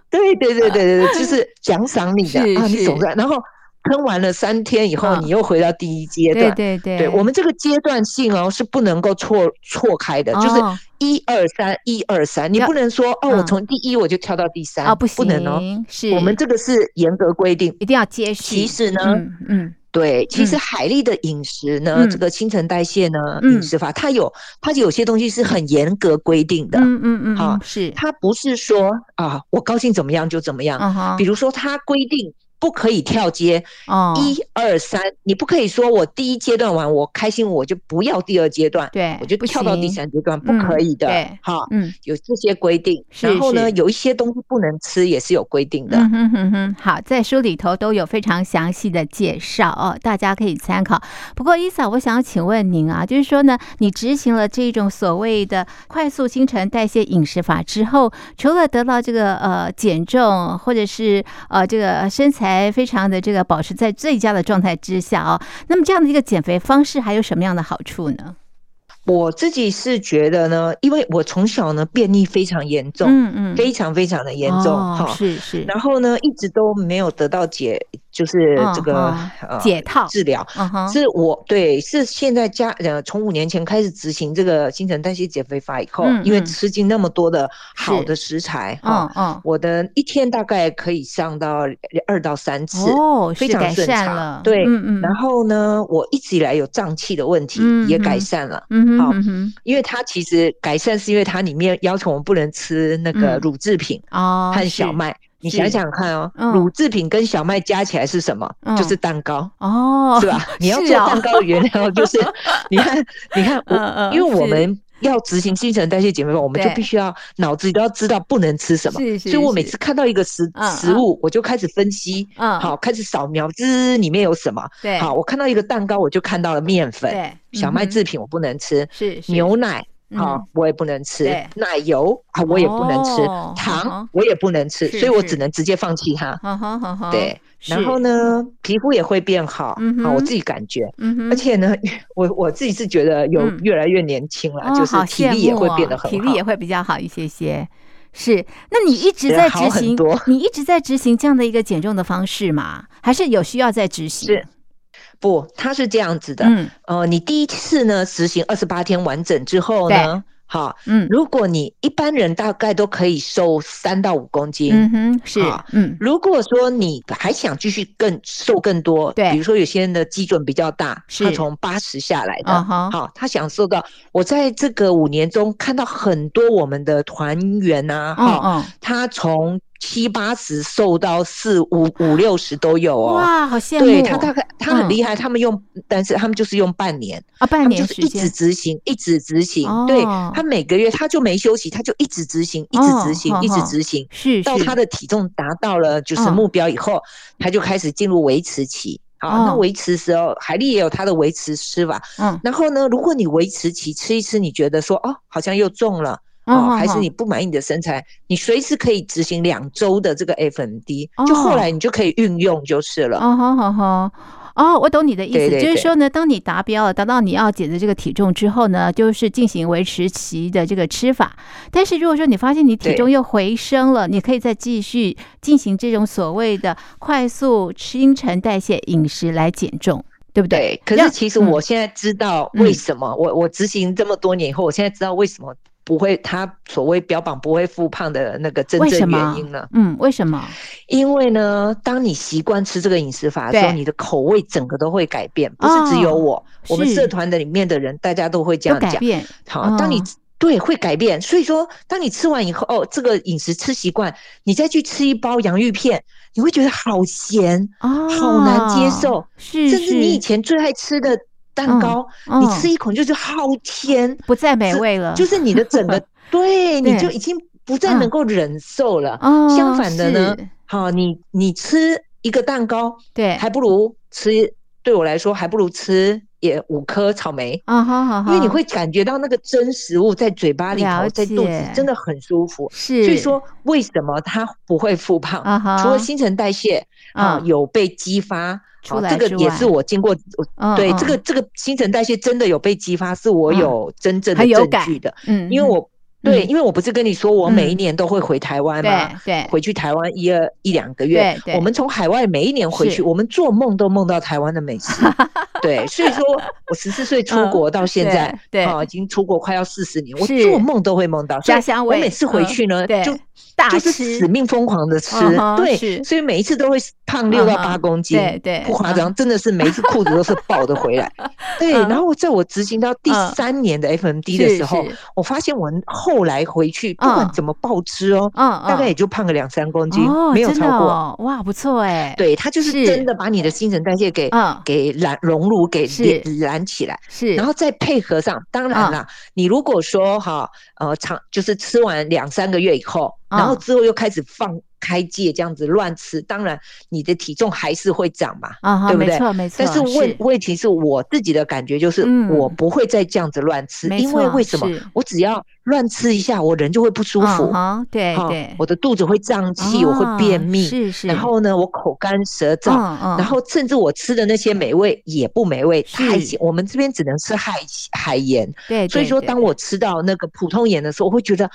S2: 对对对对对对，就是奖赏你的
S1: 是
S2: 啊，你
S1: 是
S2: 总算，然后喷完了三天以后，
S1: 嗯
S2: 你又回到第一阶
S1: 对
S2: 段。
S1: 对对，
S2: 对我们这个阶段性哦是不能够错错开的，就是
S1: 哦
S2: 一二三一二三，你
S1: 要
S2: 不能说哦，我
S1: 嗯
S2: 从第一我就跳到第三
S1: 啊不行，
S2: 不能哦，
S1: 是
S2: 我们这个是严格规定。
S1: 一定要接续，
S2: 其实呢，
S1: 嗯嗯
S2: 对，其实
S1: 嗯
S2: 海蛎的饮食呢，
S1: 嗯
S2: 这个新陈代谢呢，
S1: 嗯
S2: 饮食法它有它有些东西是很严格规定的，
S1: 嗯嗯嗯，
S2: 好
S1: 嗯是，
S2: 它不是说啊我高兴怎么样就怎么样。
S1: 嗯哼，
S2: 比如说，它规定不可以跳接，
S1: 哦，
S2: 一二三，你不可以说我第一阶段完我开心我就不要第二阶段，
S1: 对，
S2: 我就
S1: 哎不
S2: 跳到第
S1: 行，
S2: 三阶段，不
S1: 嗯
S2: 可以的
S1: 对，
S2: 哈。
S1: 嗯
S2: 有这些规定，
S1: 是
S2: 然后呢，
S1: 是
S2: 有一些东西不能吃也是有规定的。
S1: 嗯哼哼哼，好，在书里头都有非常详细的介绍哦，大家可以参考。不过伊嫂，我想要请问您啊，就是说呢，你执行了这种所谓的快速新陈代谢饮食法之后，除了得到这个呃减重或者是呃这个身材非常的这个保持在最佳的状态之下哦，那么这样的一个减肥方式还有什么样的好处呢？
S2: 我自己是觉得呢，因为我从小呢便秘非常严重，
S1: 嗯嗯，
S2: 非常非常的严重哈、
S1: 哦、是是，
S2: 然后呢，一直都没有得到解，就是
S1: 嗯
S2: 这个、
S1: 嗯
S2: 呃
S1: 解套，
S2: 治疗。
S1: 嗯哼，
S2: 是我对，是现在家呃，从五年前开始执行这个新陈代谢减肥法以后，
S1: 嗯
S2: 因为
S1: 嗯
S2: 吃进那么多的好
S1: 是
S2: 的食材哈、
S1: 嗯嗯，
S2: 我的一天大概可以上到二到三次。
S1: 哦，
S2: 非
S1: 是
S2: 常
S1: 改
S2: 顺
S1: 善
S2: 畅
S1: 了，
S2: 对
S1: 嗯嗯，
S2: 然后呢，我一直以来有胀气的问题
S1: 嗯
S2: 也
S1: 嗯
S2: 改善了，
S1: 嗯哼
S2: 好
S1: 嗯哼，
S2: 因为它其实改善是因为它里面要求我们不能吃那个
S1: 嗯
S2: 乳制品
S1: 哦，
S2: 和
S1: 是
S2: 小麦。你
S1: 是
S2: 想想看哦，
S1: 嗯
S2: 乳制品跟小麦加起来是什么？
S1: 嗯
S2: 就是蛋糕，
S1: 哦，
S2: 是 吧？你要做
S1: 是哦
S2: 蛋糕的原料就是， 你看，你看我，
S1: 嗯嗯
S2: 因为我
S1: 是
S2: 们要执行新陈代谢减肥法，我们就
S1: 对
S2: 必须要脑子里都要知道不能吃什么。
S1: 是是，
S2: 所以我
S1: 是
S2: 每次看到一个食
S1: 嗯
S2: 食物，我就开始分析，
S1: 嗯
S2: 好，开始扫描，滋里面有什么？
S1: 对
S2: 好，我看到一个蛋糕，我就看到了面粉、
S1: 对
S2: 小麦
S1: 嗯哼
S2: 制品，我不能吃，
S1: 是是
S2: 牛奶。
S1: 嗯
S2: 啊、我也不能吃
S1: 对
S2: 奶油啊，我也不能吃、
S1: 哦嗯
S2: 糖
S1: 哼，
S2: 我也不能吃，
S1: 是
S2: 所以我
S1: 是
S2: 只能直接放弃它。
S1: 好好好好，
S2: 对，
S1: 是，
S2: 然后呢，皮肤也会变好、
S1: 嗯哼
S2: 啊，我自己感觉，
S1: 嗯哼，
S2: 而且呢， 我我自己是觉得有
S1: 嗯
S2: 越来越年轻了，
S1: 哦
S2: 就是
S1: 好
S2: 体
S1: 羡
S2: 力也
S1: 慕
S2: 会
S1: 哦
S2: 变得很好。
S1: 体力也会比较好一些些。是，那你一直
S2: 对
S1: 在
S2: 好
S1: 执
S2: 很
S1: 行
S2: 多，
S1: 你一直在执行这样的一个减重的方式吗？还是有需要再执行？
S2: 是不，它是这样子的，
S1: 嗯
S2: 呃，你第一次呢实行二十八天完整之后呢，好，
S1: 嗯
S2: 如果你一般人大概都可以瘦三到五公斤，
S1: 嗯哼，是
S2: 好，
S1: 嗯
S2: 如果说你还想继续更瘦更多，
S1: 对
S2: 比如说有些人的基准比较大，
S1: 是
S2: 他从八十下来的，
S1: 啊哈
S2: 好，他想瘦到我在这个五年中看到很多我们的团员啊，
S1: 嗯
S2: 哈、
S1: 嗯，
S2: 他从七八十瘦到四五五六十都有哦。
S1: 哇，好羡慕哦！
S2: 对他大概他
S1: 嗯
S2: 很厉害，他们用，但是他们就是用半年，
S1: 啊，半年
S2: 他们就是
S1: 时
S2: 一直
S1: 间，
S2: 执行，一直执行。
S1: 哦
S2: 对他每个月他就没休息，他就一直执行，一直执行，
S1: 哦
S2: 一直
S1: 哦
S2: 执行。
S1: 是
S2: 到
S1: 是
S2: 他的体重达到了就是
S1: 嗯
S2: 目标以后，他就开始进入维持期。好，那
S1: 哦
S2: 维持时候，海蛎也有它的维持吃法。
S1: 嗯，
S2: 然后呢，如果你维持期吃一吃，你觉得说哦，好像又重
S1: 嗯
S2: 了。哦，还是
S1: 好
S2: 你不满意你的身材，你随时可以执行两周的这个 FMD，、就
S1: 哦
S2: 后来你就可以运用就是了。
S1: 哦，好好好。哦，我懂你的意思，
S2: 对对
S1: 就是
S2: 对
S1: 说呢，当你达标了，达到你要减的这个体重之后呢，就是进行维持期的这个吃法。但是如果说你发现你体
S2: 对
S1: 重又回升了，你可以再继续进行这种所谓的快速新陈代谢饮食来减重，对不对？
S2: 对，可
S1: 要嗯
S2: 是其实我现在知道为什么、我我执行这么多年以后，我现在知道为什么不会他所谓标榜不会复胖的那个真
S1: 为什
S2: 正
S1: 么
S2: 原因呢？
S1: 嗯，为什么？
S2: 因为呢，当你习惯吃这个饮食法的时候，
S1: 对哦
S2: 你的口味整个都会改变，不是只有我，我们
S1: 是
S2: 社团的里面的人大家都会这
S1: 都
S2: 样
S1: 改
S2: 讲。
S1: 变
S2: 好，当你、
S1: 嗯
S2: 对会改变，所以说当你吃完以后，哦，这个饮食吃习惯，你再去吃一包洋芋片，你会觉得好咸，
S1: 啊，
S2: 好难接受，
S1: 是
S2: 甚至你以
S1: 是，
S2: 前最爱吃的蛋糕，你
S1: 嗯
S2: 吃一口你就觉得好甜，
S1: 不再美
S2: 这
S1: 味了，
S2: 就是你的 整个对，你
S1: 对嗯
S2: 就已经不再能够忍受了。
S1: 哦，
S2: 相反的呢
S1: 是，
S2: 好，你你吃一个蛋糕，
S1: 对，
S2: 还不如吃，对我来说还不如吃也五颗草莓。
S1: 啊，好好好，
S2: 因为你会感觉到那个真食物在嘴巴里
S1: 了
S2: 头，在肚
S1: 解
S2: 子真的很舒服。
S1: 是，
S2: 所以说，为什么它不会复胖？
S1: 啊哈，
S2: 除了新陈代谢啊、
S1: 啊
S2: 有被激发，
S1: 出
S2: 啊
S1: 来
S2: 这个
S1: 之
S2: 也
S1: 外
S2: 是我经过，我
S1: 嗯
S2: 对
S1: 嗯
S2: 这个这个新陈代谢真的有被激发，是我
S1: 嗯
S2: 有真正的
S1: 很有
S2: 证
S1: 感
S2: 据的，
S1: 嗯，
S2: 因为我对，
S1: 嗯
S2: 因为我不是跟你说我每一
S1: 嗯
S2: 年都会回台湾吗？
S1: 对对
S2: 啊回去台湾一二一两个月
S1: 对，对
S2: 我们从海外每一年回
S1: 是
S2: 去，我们做梦都梦到台湾的美食。 对，所以说我十四岁出
S1: 嗯
S2: 国到现在，
S1: 对对
S2: 啊，已经出国快要四十年，我
S1: 是
S2: 做梦都会梦到
S1: 家
S2: 所以
S1: 乡
S2: 我
S1: 味
S2: 每次回
S1: 嗯
S2: 去呢，
S1: 对
S2: 就
S1: 大
S2: 就是
S1: 吃
S2: 死命疯狂的吃
S1: 嗯哼，
S2: 对
S1: 是，
S2: 所以每一次都会胖六到
S1: 嗯
S2: 八
S1: 哼
S2: 公斤，
S1: 对对
S2: 不夸
S1: 嗯
S2: 张，真的是每一次裤子都是爆 的回来。对，
S1: 嗯
S2: 然后在我执行到第
S1: 嗯
S2: 三年的 FMD 的
S1: 是
S2: 时候
S1: 是，
S2: 我发现我后来回去不管
S1: 嗯
S2: 怎么暴吃哦，
S1: 嗯嗯，
S2: 大概也就胖个两三公斤，
S1: 哦，
S2: 没有
S1: 真
S2: 超
S1: 的
S2: 过。
S1: 哦哇，不错哎，，
S2: 对，它就是
S1: 是
S2: 真的把你的新陈代谢给、
S1: 嗯
S2: 给燃熔炉给
S1: 是
S2: 连燃起来，
S1: 是，啊
S2: 然后再配合上。当然啦，你如果说哈呃长就是吃完两三个月以后，然后
S1: 嗯
S2: 之后又开始放开戒这样子乱吃，当然你的体重还是会长嘛。
S1: 啊哈，
S2: 对不
S1: 没
S2: 对
S1: 错没错，
S2: 但是问问题是我自己的感觉就是
S1: 嗯，
S2: 我不会再这样子乱吃，
S1: 没
S2: 因为
S1: 错
S2: 为什么
S1: 是？
S2: 我只要乱吃一下，我人就会不舒服，
S1: 啊哈，对
S2: 哈
S1: 对，
S2: 我的肚子会胀气，我
S1: 啊
S2: 会便秘，
S1: 是是，
S2: 然后呢，我口干舌燥，
S1: 嗯嗯，
S2: 然后甚至我吃的那些美味也不美味，
S1: 是
S2: 海鲜我们这边只能吃海海盐，
S1: 对，
S2: 所以
S1: 对
S2: 说
S1: 对
S2: 当我吃到那个普通盐的时候，我会觉得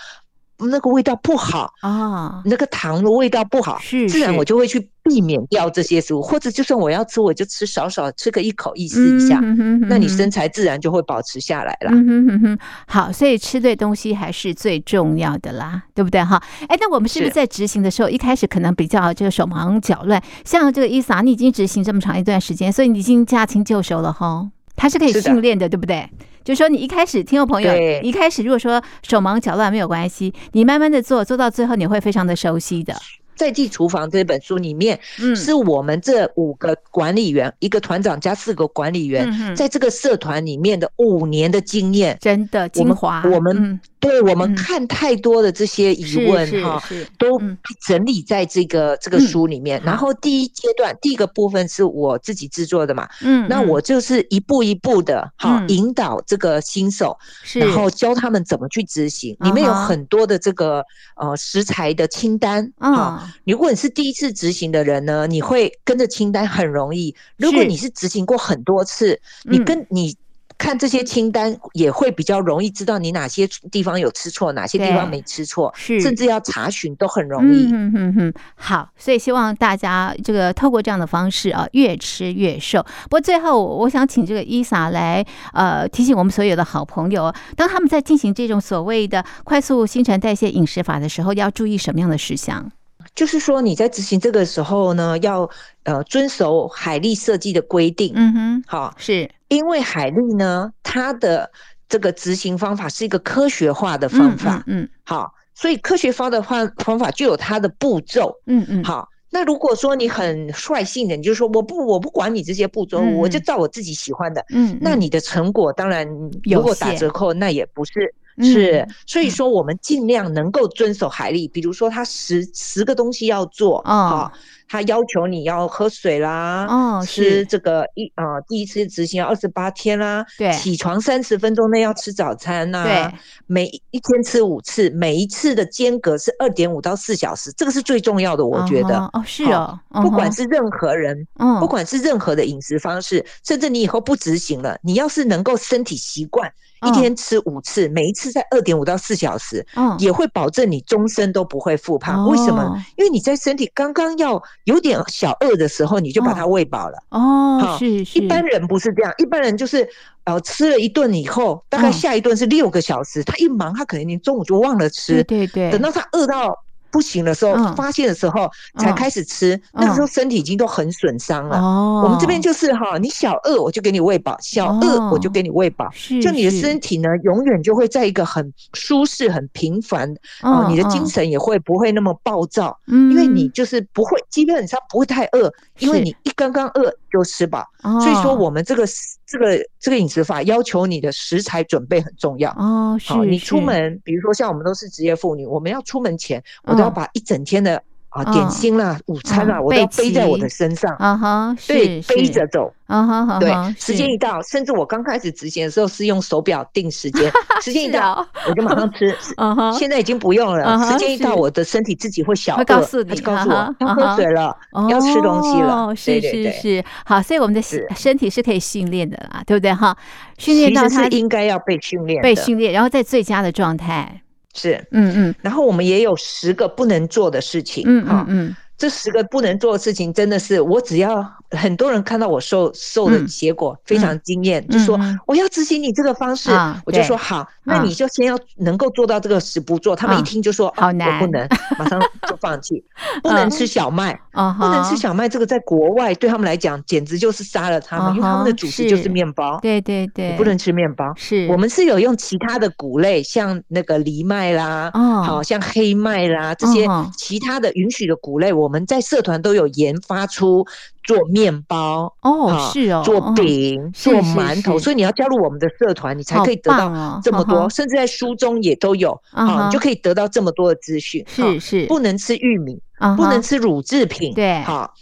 S2: 嗯那个味道不好，
S1: 啊
S2: 那个糖的味道不好，
S1: 是
S2: 自然
S1: 是
S2: 我就会去避免掉这些食物，或者就算我要吃，我就吃少少，吃个一口意思一下，
S1: 嗯哼哼
S2: 那你
S1: 哼
S2: 身材自然就会保持下来了。
S1: 嗯哼哼哼，好，所以吃对东西还是最重要的啦，对不对哈？哎，那我们是不是
S2: 是
S1: 在执行的时候，一开始可能比较这个手忙脚乱？像这个伊萨，你已经执行这么长一段时间，所以你已经驾轻就熟了哈。它是可以
S2: 是的
S1: 训练的，对不对？就是说，你一开始，听众朋友，
S2: 对
S1: 一开始如果说手忙脚乱没有关系，你慢慢的做，做到最后你会非常的熟悉的。
S2: 在《记厨房》这本书里面，
S1: 嗯，
S2: 是我们这五个管理员，一个团长加四个管理员，
S1: 嗯哼
S2: 在这个社团里面的五年的经验，
S1: 真的
S2: 我
S1: 精
S2: 们
S1: 华。
S2: 我们、
S1: 嗯
S2: 对我们
S1: 嗯
S2: 看太多的这些疑
S1: 是
S2: 问
S1: 是
S2: 哈、
S1: 是，
S2: 都
S1: 嗯
S2: 整理在这个、这个
S1: 嗯
S2: 书里面。然
S1: 好
S2: 后第一阶段第一个部分是我自己制作的嘛，
S1: 嗯，
S2: 那
S1: 嗯
S2: 我就是一步一步的哈、
S1: 嗯
S2: 引导这个新手，
S1: 是
S2: 然后教他们怎么去执行。里面有
S1: 啊哈
S2: 很多的这个呃食材的清单哈
S1: 啊，
S2: 如果你是第一次执行的人呢，你会跟着清单很容易；如果
S1: 是
S2: 你是执行过很多次，你
S1: 嗯
S2: 跟你看这些清单也会比较容易知道你哪些地方有吃错，哪些地
S1: 对
S2: 方没吃错，
S1: 是
S2: 甚至要查询都很容易。
S1: 嗯嗯嗯，好，所以希望大家这个透过这样的方式啊，越吃越瘦。不过最后，我想请这个伊莎来呃提醒我们所有的好朋友，当他们在进行这种所谓的快速新陈代谢饮食法的时候，要注意什么样的事项？
S2: 就是说你在执行这个时候呢，要呃遵守海力设计的规定，
S1: 嗯哼，
S2: 好，
S1: 是
S2: 因为海力呢，它的这个执行方法是一个科学化的方法，
S1: 嗯
S2: 好，所以科学化的方方法就有它的步骤。
S1: 嗯嗯，嗯，
S2: 好，那如果说你很率性的，你就说我不我不管你这些步骤，
S1: 嗯
S2: 我就
S1: 嗯
S2: 照我自己喜欢的，
S1: 嗯，
S2: 那
S1: 嗯
S2: 你的成果当然
S1: 有
S2: 如果打
S1: 限
S2: 折扣，那也不是。
S1: 嗯
S2: 是，所以
S1: 嗯
S2: 说我们尽量能够遵守海力，比如说他十十个东西要做，
S1: 哦
S2: 好他要求你要喝水啦，
S1: 哦
S2: 吃
S1: 是
S2: 这个一啊、呃第一次执行二十八天啦，
S1: 对
S2: 起床三十分钟内要吃早餐呐、
S1: 对，
S2: 每一一天吃五次，每一次的间隔是二点五到四小时，这个是最重要的，我觉得。
S1: 哦是哦，
S2: 不管
S1: 嗯
S2: 是任何人，
S1: 哼
S2: 不管是任何的饮食方式，甚至你以后不执行了，你要是能够身体习惯一
S1: 嗯
S2: 天吃五次，每一次在二点五到四小时，
S1: 嗯嗯
S2: 也会保证你终身都不会复胖。啊为什么？
S1: 哦
S2: 因为你在身体刚刚要有点小饿的时候，你就把它喂饱了。
S1: 哦
S2: 好
S1: 是是
S2: 一般人不是这样，一般人就是呃吃了一顿以后，大概
S1: 嗯
S2: 下一顿是六个小时，他一忙，他可能连中午就忘了吃
S1: 对，对对，
S2: 等到他饿到不行的时候，
S1: 嗯
S2: 发现的时候才
S1: 嗯
S2: 开始吃，那个时候身体已经都很损伤了。
S1: 哦，
S2: 我们这边就是哈，你小饿我就给你喂饱，小饿我就给你喂饱，
S1: 是
S2: 就你的
S1: 是
S2: 身体呢，永远就会在一个很舒适、很平凡，哦、
S1: 嗯
S2: 你
S1: 嗯
S2: 的精神也会不会那么暴躁，
S1: 嗯，
S2: 因为你就是不会，基本上不会太饿，因为
S1: 是
S2: 你一刚刚饿就吃饱。
S1: 哦，
S2: 所以说，我们这个这个这个饮食法要求你的食材准备很重要。
S1: 哦是
S2: 好，你出
S1: 是
S2: 门，比如说像我们都是职业妇女，我们要出门前，我都要
S1: 嗯
S2: 把一整天的啊
S1: 嗯
S2: 点心啦、午餐啦，
S1: 嗯
S2: 我都要
S1: 备
S2: 背在我的
S1: 齐
S2: 身上，
S1: 啊哈，
S2: 对，
S1: 是
S2: 背
S1: 是
S2: 着走。
S1: 啊哈哈，
S2: 对
S1: 哈，
S2: 时间
S1: 是
S2: 一到，甚至我刚开始执行的时候是用手表定时间，时间一
S1: 是
S2: 到
S1: 哦
S2: 我就马上 吃。是
S1: 啊哈，
S2: 现在已经不用
S1: 嗯
S2: 了，
S1: 哼
S2: 时间一到，
S1: 是
S2: 我的身体自己会小
S1: 会
S2: 饿，
S1: 告诉
S2: 它
S1: 你
S2: 就告诉我
S1: 嗯哼嗯
S2: 要喝
S1: 哼
S2: 水了，要吃东西了
S1: 哦，。是
S2: 对对
S1: 是
S2: 对，
S1: 是，好，所以我们的身
S2: 是
S1: 身体是可以训练的啦，对不对哈？训练
S2: 其
S1: 到
S2: 实
S1: 它
S2: 是应该要被训练
S1: 被
S2: 的，
S1: 训练，然后在最佳的状态，
S2: 是。
S1: 嗯嗯
S2: 然后我们也有十个不能做的事情，
S1: 嗯
S2: 哈
S1: 嗯嗯，
S2: 这十个不能做的事情真的是，我只要很多人看到我瘦瘦的
S1: 嗯
S2: 结果、非常惊艳，就说
S1: 嗯嗯
S2: 我要执行你这个方式，
S1: 啊
S2: 我就
S1: 对
S2: 说好，那你就先要能够做到这个十不做。他们一
S1: 嗯
S2: 听就说、
S1: 好
S2: 啊我
S1: 难嗯
S2: 不能，马上就 放弃，不能吃小麦。
S1: 啊
S2: 不
S1: 哈，
S2: 能吃小麦，这个在国外对他们来讲简直就是杀了他们，
S1: 啊
S2: 因为他们
S1: 哈
S2: 的主食就是
S1: 是
S2: 面包，
S1: 对对
S2: 你
S1: 对，
S2: 不能吃面包。
S1: 是
S2: 我们是有用其他的谷类，像那个藜麦啦，
S1: 哦
S2: 好像黑麦啦这些
S1: 哦
S2: 其他的允许的谷类，我们在社团都有研发出做面包、
S1: 哦
S2: 好
S1: 是哦，
S2: 做
S1: 哦
S2: 饼、
S1: 是
S2: 做
S1: 是
S2: 馒头，
S1: 是
S2: 所以你要加入我们的社团，你才
S1: 好
S2: 可以得
S1: 棒
S2: 到
S1: 哦
S2: 这么
S1: 哈哈
S2: 多，甚至在书中也都有，
S1: 啊
S2: 好，
S1: 哈
S2: 你就可以得到这么多的资讯。好
S1: 是是
S2: 不能吃玉米，
S1: 啊
S2: 不能
S1: 哈
S2: 吃乳制品，
S1: 对
S2: 好，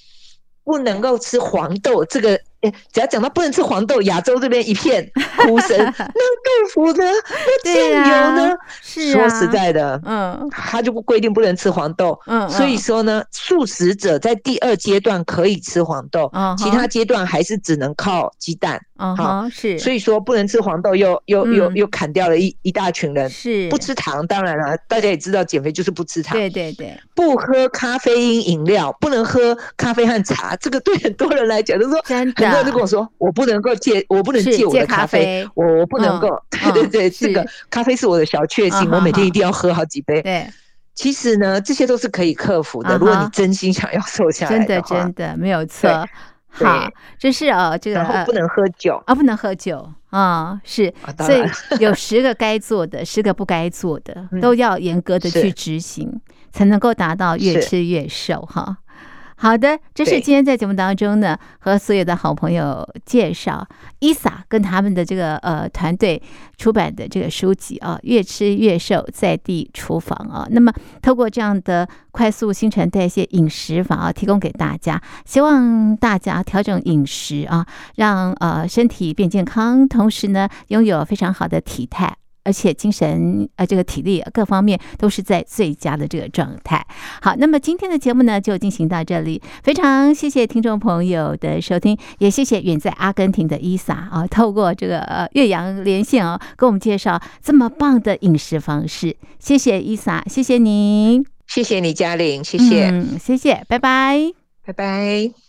S2: 不能够吃黄豆。这个，诶只要讲到不能吃黄豆，亚洲这边一片哭 声。那豆腐呢？那
S1: 对
S2: 酱油
S1: 啊
S2: 呢？
S1: 是
S2: 说
S1: 啊，
S2: 实在的，
S1: 嗯
S2: 他就不规定不能吃黄豆。
S1: 嗯，
S2: 所以
S1: 嗯
S2: 说呢，素食者在第二阶段可以吃黄豆，
S1: 嗯
S2: 其
S1: 哼
S2: 他阶段还是只能靠鸡蛋。
S1: 嗯
S2: 好
S1: 哼是，
S2: 所以说不能吃黄豆又，又又又
S1: 嗯
S2: 砍掉了一一大群人。
S1: 是
S2: 呃不吃糖，当然了，大家也知道减肥就是不吃糖。
S1: 对对对，
S2: 不喝咖啡因饮料，不能喝咖啡和茶，这个对很多人来讲，就是说
S1: 真
S2: 很多人就跟
S1: 的
S2: 我说，我不能够戒，我不能
S1: 啊是
S2: 戒我
S1: 戒
S2: 的
S1: 咖
S2: 咖啡
S1: 啡，
S2: 我我不能够，
S1: 嗯
S2: 对对对，
S1: 是
S2: 这个咖啡是我的小确
S1: 啊
S2: 幸，
S1: 哈
S2: 我每天
S1: 哈
S2: 一定要喝好几杯。
S1: 对。
S2: 其实呢，这些都是可以克服
S1: 啊
S2: 的，
S1: 哈
S2: 如果你真心想要瘦下来
S1: 真
S2: 的
S1: 的
S2: 话
S1: 真。的没有错。
S2: 对
S1: 好，这是呃这个
S2: 然后不
S1: 呃
S2: 能喝酒，
S1: 啊不能喝酒啊，是
S2: 啊，当
S1: 所以
S2: 然
S1: 有十个该做的，十个不该做的，
S2: 嗯
S1: 都要严格的
S2: 是
S1: 去执行，才能够达到越
S2: 是
S1: 吃越瘦哈。好的，这是
S2: 对
S1: 今天在节目当中呢，和所有的好朋友介绍伊萨跟他们的这个呃团队出版的这个书籍啊，《越吃越瘦在地厨房》啊。那么透过这样的快速新陈代谢饮食法啊，提供给大家，希望大家调整饮食啊，让呃身体变健康，同时呢拥有非常好的体态。而且精神呃，这个体力各方面都是在最佳的这个状态。好，那么今天的节目呢就进行到这里，非常谢谢听众朋友的收听，也谢谢远在阿根廷的伊萨啊，透过这个呃岳阳连线哦，跟我们介绍这么棒的饮食方式，谢谢伊萨，谢谢您，嗯
S2: 谢谢你，嘉玲，谢谢，
S1: 嗯，谢谢，拜拜。
S2: 拜拜。